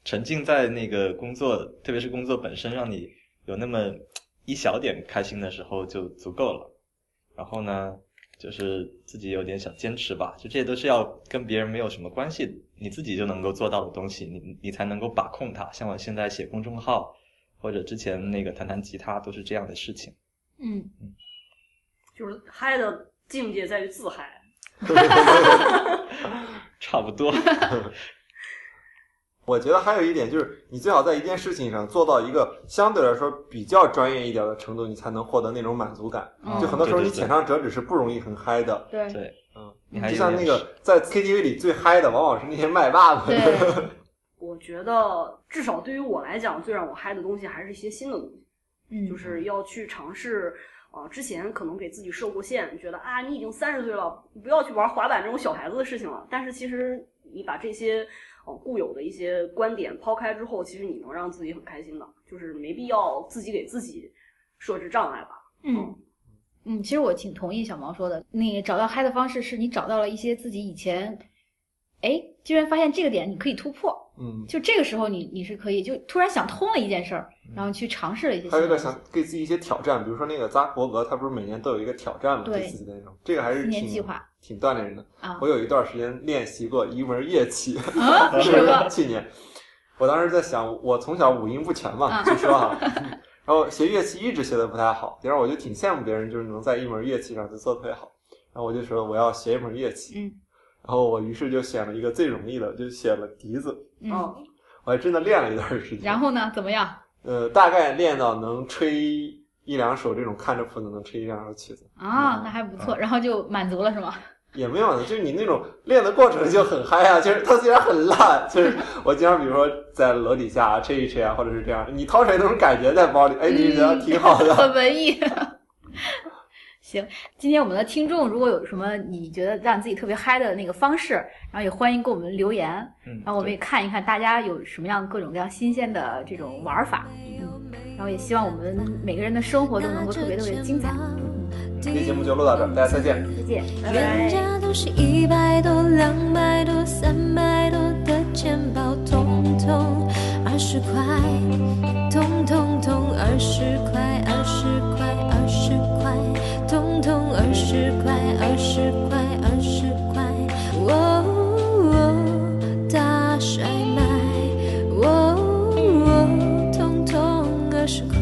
Speaker 4: 沉浸在那个工作，特别是工作本身，让你有那么一小点开心的时候就足够了。然后呢，就是自己有点小坚持吧，就这些都是要跟别人没有什么关系，你自己就能够做到的东西，你你才能够把控它。像我现在写公众号，或者之前那个弹弹吉他，都是这样的事情。
Speaker 2: 嗯，
Speaker 5: 就是嗨的境界在于自嗨。
Speaker 4: 差不多，
Speaker 3: 我觉得还有一点就是，你最好在一件事情上做到一个相对来说比较专业一点的程度，你才能获得那种满足感。
Speaker 2: 嗯
Speaker 3: 就很多时候
Speaker 4: 对
Speaker 3: 你
Speaker 4: 对对
Speaker 3: 浅尝辄止是不容易很嗨的。
Speaker 2: 对
Speaker 4: 对，
Speaker 3: 嗯，
Speaker 4: 你还
Speaker 3: 就
Speaker 4: 有
Speaker 3: 像那
Speaker 4: 点
Speaker 3: 个在 KTV 里最嗨的，往往是那些麦霸们。
Speaker 2: 对，
Speaker 5: 我觉得至少对于我来讲，最让我嗨的东西还是一些新的东西，
Speaker 2: 嗯，
Speaker 5: 就是要去尝试。啊、之前可能给自己设过限，觉得啊，你已经三十岁了，不要去玩滑板这种小孩子的事情了。但是其实你把这些呃固有的一些观点抛开之后，其实你能让自己很开心的，就是没必要自己给自己设置障碍吧。
Speaker 2: 嗯。嗯，其实我挺同意小毛说的，那个找到嗨的方式是你找到了一些自己以前，哎，居然发现这个点你可以突破，
Speaker 3: 嗯，
Speaker 2: 就这个时候你你是可以就突然想通了一件事儿，然后去尝试了一些新
Speaker 3: 还
Speaker 2: 的
Speaker 3: 有
Speaker 2: 东
Speaker 3: 点
Speaker 2: 西。
Speaker 3: 想给自己一些挑战，比如说那个扎克伯格，他不是每年都有一个挑战嘛，
Speaker 2: 对
Speaker 3: 对自己的那种，这个还是
Speaker 2: 四年
Speaker 3: 挺
Speaker 2: 计划
Speaker 3: 挺锻炼人的。
Speaker 2: 啊
Speaker 3: 我有一段时间练习过一门乐器，
Speaker 2: 啊，
Speaker 3: 是
Speaker 2: 什么？
Speaker 3: 去年，我当时在想，我从小五音不全嘛，
Speaker 2: 啊
Speaker 3: 据说啊， 然后学乐器一直学的不太好，然后我就挺羡慕别人，就是能在一门乐器上就做得特别好。然后我就说我要学一门乐器，
Speaker 2: 嗯
Speaker 3: 然后我于是就选了一个最容易的，就选了笛子。
Speaker 2: 嗯，
Speaker 5: 嗯
Speaker 3: 我还真的练了一段时间，
Speaker 2: 然后呢？怎么样？
Speaker 3: 呃，大概练到能吹一两首这种看着谱子能吹一两首曲子，
Speaker 2: 啊，
Speaker 3: 嗯
Speaker 2: 那还不错，然后就满足了是吗？
Speaker 3: 也没有呢，就是你那种练的过程就很嗨啊， 就是它虽然很烂， 就是我经常比如说在楼底下啊吹一吹啊，或者是这 哎样，你掏出来那种感觉在包里，哎，你就觉得挺好的。
Speaker 2: 很文艺。行，今天我们的听众如果有什么你觉得让自己特别嗨的那个方式，然后也欢迎给我们留言，
Speaker 4: 嗯，
Speaker 2: 然后啊我们也
Speaker 4: 对
Speaker 2: 看一看大家有什么样各种各样新鲜的这种玩法，然后也希望我们每个人的生活都能够特别特别精彩。
Speaker 3: 嗯这期节目就录到这儿，大家再见。
Speaker 2: 再见，拜
Speaker 1: 原
Speaker 2: 拜。
Speaker 1: 价都是一百多、两百多、三百多的钱包，通通二十块，通通通二十块，二十块，二十块，通通二十块，二十块，二十块，哦，大哦甩卖，哦，通通二十块。